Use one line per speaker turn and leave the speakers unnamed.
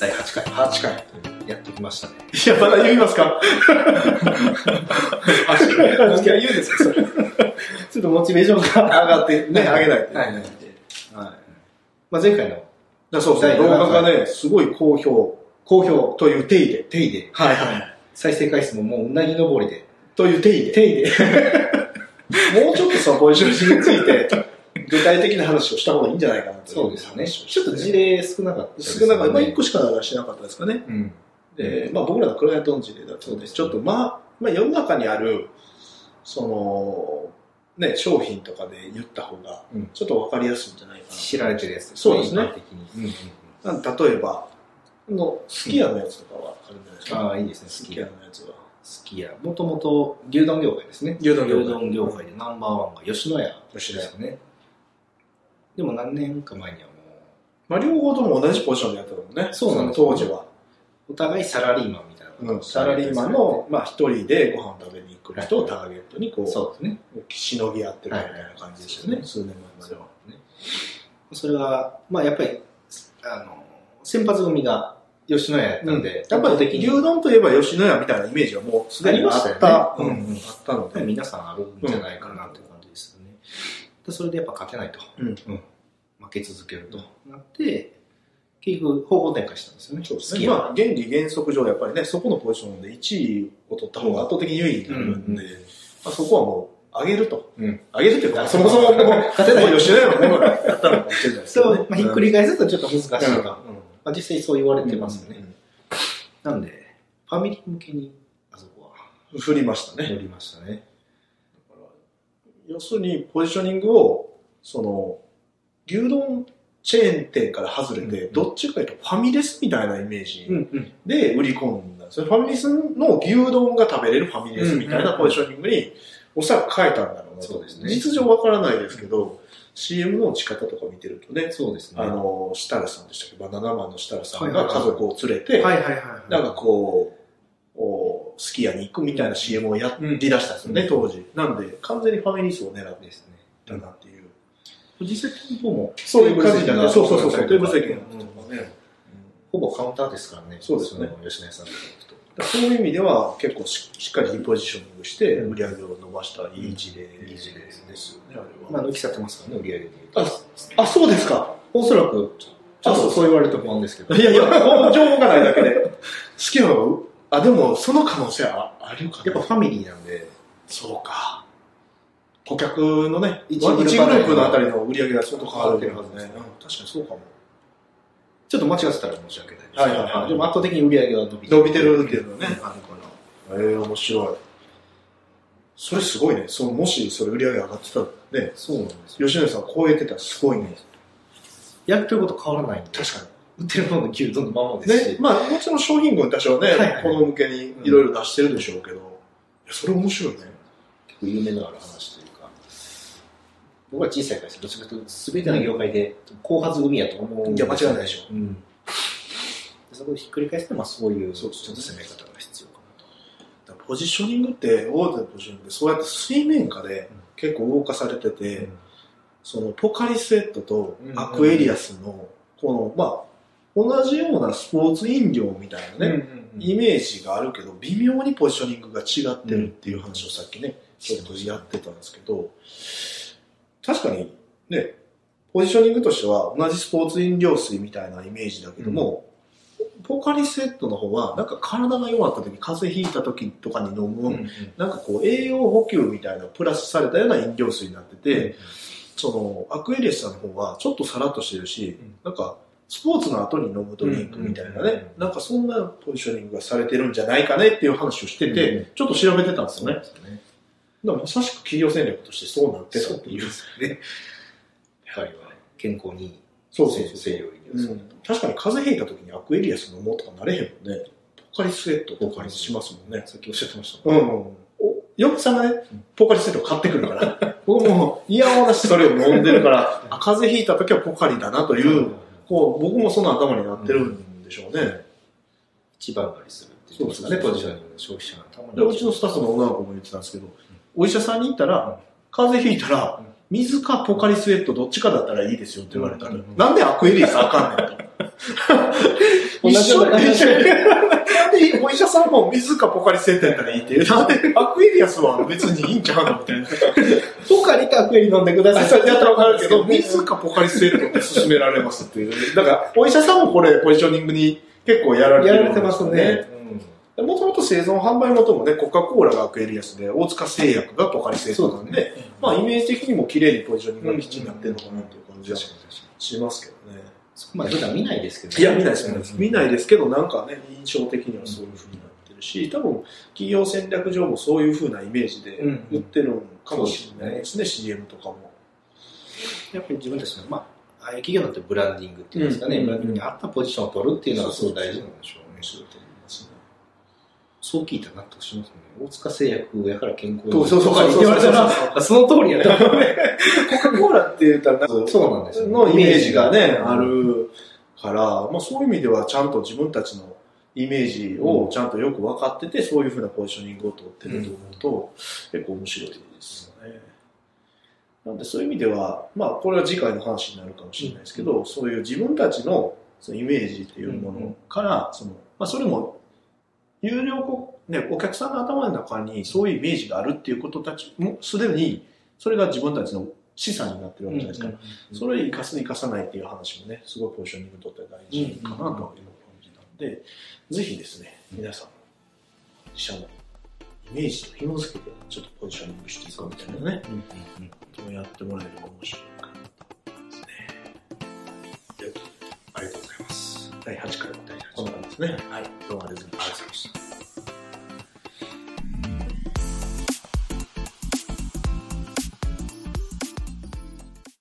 第8回。
8回。
やってきましたね。
いや、まだ言いますか
8回。何回言うんですか、それ。
ちょっとモチベーション
上
が。
がって、 ね、上げないと。
はいはい
はい。まあ前回の
だそうですね。
第
動
七回
画がね、すごい好評。
好評、
という定位で。
定位で、
はいはい。
再生回数ももううなぎ登りで、
という定位で。
定位で、
もうちょっとそのポジションについ て、具体的な話をした方がいいんじゃないかなとい
そうですよね
ちょっと
事
事例
例少なかったです
少
ね
なかった。まあ1個しか出してなかったですかね。
うん。
で、まあ僕らのクライアントの事例だとね、ちょっとまあ、まあ世の中にある、その、ね、商品とかで言った方が
うん、
ちょっとわかりやすいんじゃないか
知られてるやつ
そうですね
一般的に。うんうん
な。なん例えば、あの、すき家のやつとかはあるんじゃないです
うん。
か。
ああ、いいですね、
す
好
き
き
家
や。
のやつは。
好きや。もともと牛丼業界ですね。
牛丼業界
牛丼業界でナンバーワンが吉野家
吉
で
野
す
家
よね。でも何年か前にはも
まあ両方とも同じポジションでやったもんね。
そうなんです
その当時は。
う、お互いサラリーマンみたいなことを
サラリーマンの、まあ一人でご飯食べに行く人をターゲットにこ
そうですね。
う、しのぎ合ってるみたいな感じでしたよね。
はい
数年前ま
そ
で
う
は。
ね、それは、まあやっぱり、あの、先発組が吉野家やったんで、
やっぱり
圧倒的
牛丼といえば吉野家みたいなイメージはもうすでにあっ
あ
た。
りましたよね
うんうんあったので。
に皆さんあるんじゃないかなという感じですよね。でそれでやっぱ勝てないと、
うん
負け続けるとなって、結局方向転換したんですよね。
そうです
好
ね。
き
ま
や
あ、原理原則上、やっぱりね、そこのポジションで1位を取った方が圧倒的に優位になるん
うんう
で、
ん
まあ、そこはもう、上げると。
うん
上げるっていう
あ
か、そもそももう、勝てない吉野家もね、まだやったのかもしれないですけ
そ
ど
う
ね。
まあ、ひっくり返すとちょっと難しいか、
うん
まあ、実際そう言われてますよね。。なんで、ファミリー向けに、あそこは、
うん振りましたね。
乗りましたね。
要するに、ポジショニングを、その、牛丼チェーン店から外れて、
うん
どっちかというとファミレスみたいなイメージ
んうん。
で売り込んだんですね。ファミレスの牛丼が食べれるファミレスみたいなポジショニングに、おそらく変えたんだろうなと。
そうですね
実情わからないですけど、CM の打ち方とか見てるとね、
そうですね。
あ
は
の、設楽さんでしたっけバナナマンの設楽さ
は
んが
いはい
家
はい
族を連れ
い
て、
はいはい。
なんかこう、おすき家に行くみたいな CM をやりだしたんですよね、
うん
当時。なんで、完全にファミリー層を狙っ
ですね。
たなっていう。
実際店舗も
そういう感じになって、そうそうそうそう、テーブル席
う
に
ん
なってとかね。
ほぼカウンターですからね。
そうですね
の吉野家さんとか行くと。
だからそういう意味では結構ししっかりリポジショニングして売り上げを伸ばしたいい事例
いい事例ですね
よね、あれ
まあ、
は。
抜き去ってますからね、売り上げで言うと。
ああ、そうですか。
おそらく、ちょ
あ
っ
そう
とそう言われると不安ですけど。
いやいや、この情報がないだけで。 好きなのあ、でもその可能性はあるか
や
な。
っぱファミリーなんで、
そうか。顧客のね、
一
1グル
グルー
ー
プ
プ
の
の
あ
あ
た
た
り
りの売り上げが相当変わるっていうはずね。
うん
確かにそうかも。
ちょっと間違ってたら申し訳ないです。
はいはいはい
でも圧倒的に売り上げは伸び
伸びてるけどね
あるから。
ええ面白い。それすごいね。そのもしそれ売り上げ上がってたらね、
そうなんですよ。
吉野さん超えてたらすごいね。
やってること変わらないんで、
確かに。
売ってるもの牛丼のままですし、、
ねまあもちろん商品群多少ね、
はいはい
この向けにいろいろ出してるでしょうけど、いやそれ面白いね。
結構有名のある話というか、僕は小さい会社、どっちかというと、すべての業界で後発組やと思うん
い
です
や、
よ。
間違いないでしょ。
うん、そこでひっくり返して、まあ、そういうち
そ
ょ
う
っ
そう
と攻め方が必要か
だからポジショニングって、大手のポジショニングって、そうやって水面下で
うん
結構動かされてて、
なと。
そのポカリスエットと
うん
アクエリアスの、この、まあ、同じようなスポーツ飲料みたいなね、イ
ね、
メージがあるけど、微妙にポジショニングが違ってるっていう話をさっきね、ちょっとやってたんですけど、確かにね、ポジショニングとしては同じスポーツ飲料水みたいなイメージだけども、ポカリスエットの方は、なんか体が弱った時、風邪ひいた時とかに飲む、
うん
なんかこう栄養補給みたいなプラスされたような飲料水になってて、そのアクエリアスさんの方はちょっとさらっとしてるし、
うん
なんかスポーツの後に飲むドリンクみたいな
うんうんうん
ね、なんかそんなポジショニングがされてるんじゃないかねっていう話をしてて、
うん
ちょっと調べてたんです
そうな
よね。だ
んですよね。
からまさしく企業戦略としてそうなってたっていう。
ですよね。やはり健康にいい、
そうそうそう
西洋医療
うん確かに風邪ひいた時にアクエリアス飲もうとかなれへんもんね。ポカリスエットとかにしますもんね。
さっきおっしゃってました
う
もん
んう
ね。
んうん。おヨッピさんがね、ポカリスエットを買ってく るから、僕もう嫌おなしそれを飲んでるから、あ風邪ひいた時はポカリだなというこう、僕もその頭になってるんでしょうね。
一番割りするっていうことですかね、
そう
ポ
で
ジ
す
シ
ね
ョニングの消費者の頭
で、うちのスタッフの女の子も言ってたんですけど、お医者さんに行ったら、風邪ひいたら、水かポカリスエットどっちかだったらいいですよって言われたら、
うんうん
なんでアクエリアスあかんね んと。
同じような感じで
なんでお医者さんも水かポカリスエットやったらいいって。なんでアクエリアスは別にいいんちゃうのみたいな。
ポカリかアクエリ飲んでください。
それやったらわかるけど、
水
水かポカリスエットって勧められますっていう。だから、お医者さんもこれ、ポジショニングに結構やられて
や
る
られてますね。。
もともと製造販売元もね、コカ・コーラがアクエリアスで、大塚製薬がポカリスエットなんで、まあ、イメージ的にも綺麗にポジショニングがきっちりなってるのかなという感じはしますけどね。
そこまで普段見ないですけど
いや、見ないです、見ないです。
うん
見ないですけど、なんかね、印象的にはそういう風になってるし、多分、企業戦略上もそういう風なイメージで
うん
売ってるのかもしれないですね、CM とかも。
やっぱり自分たちの、まあ、ああいう企業になってブランディングっていうんですかね、
うん
ブランディングに合ったポジションを取るっていうのはすごい大事なんでしょうね。
そうと思いますね。
そう聞いたら納得しますね。大塚製薬やから健康
そうそうそうそう
に言われたら、あその通りやな。
コカ・コーラって言ったらなんか、
そうなんですよね
のイメージがね、
うん
あるから、まあそういう意味ではちゃんと自分たちのイメージをちゃんとよく分かってて、そういうふうなポジショニングを取ってると思うと、結構面白いですよね。なんでそういう意味では、まあこれは次回の話になるかもしれないですけど、そういう自分たちのそのイメージというものから、そのまあそれも有料こ、ね、お客さんの頭の中にそういうイメージがあるっていうことたちも、すでにそれが自分たちの資産になってるわけじゃないですか。
うん
それを生かす生かさないっていう話もね、すごいポジショニングにとっては大事かなという感じなんで、ぜひですね、皆さん、自社のイメージと紐づけて、ちょっとポジショニングしていくみたいなね、
うんうんうん
ことをやってもらえれば面白いかなと思いますね。ということでありがとうございます。第8回はこんな感じですね。はい。どうもありがとうございました。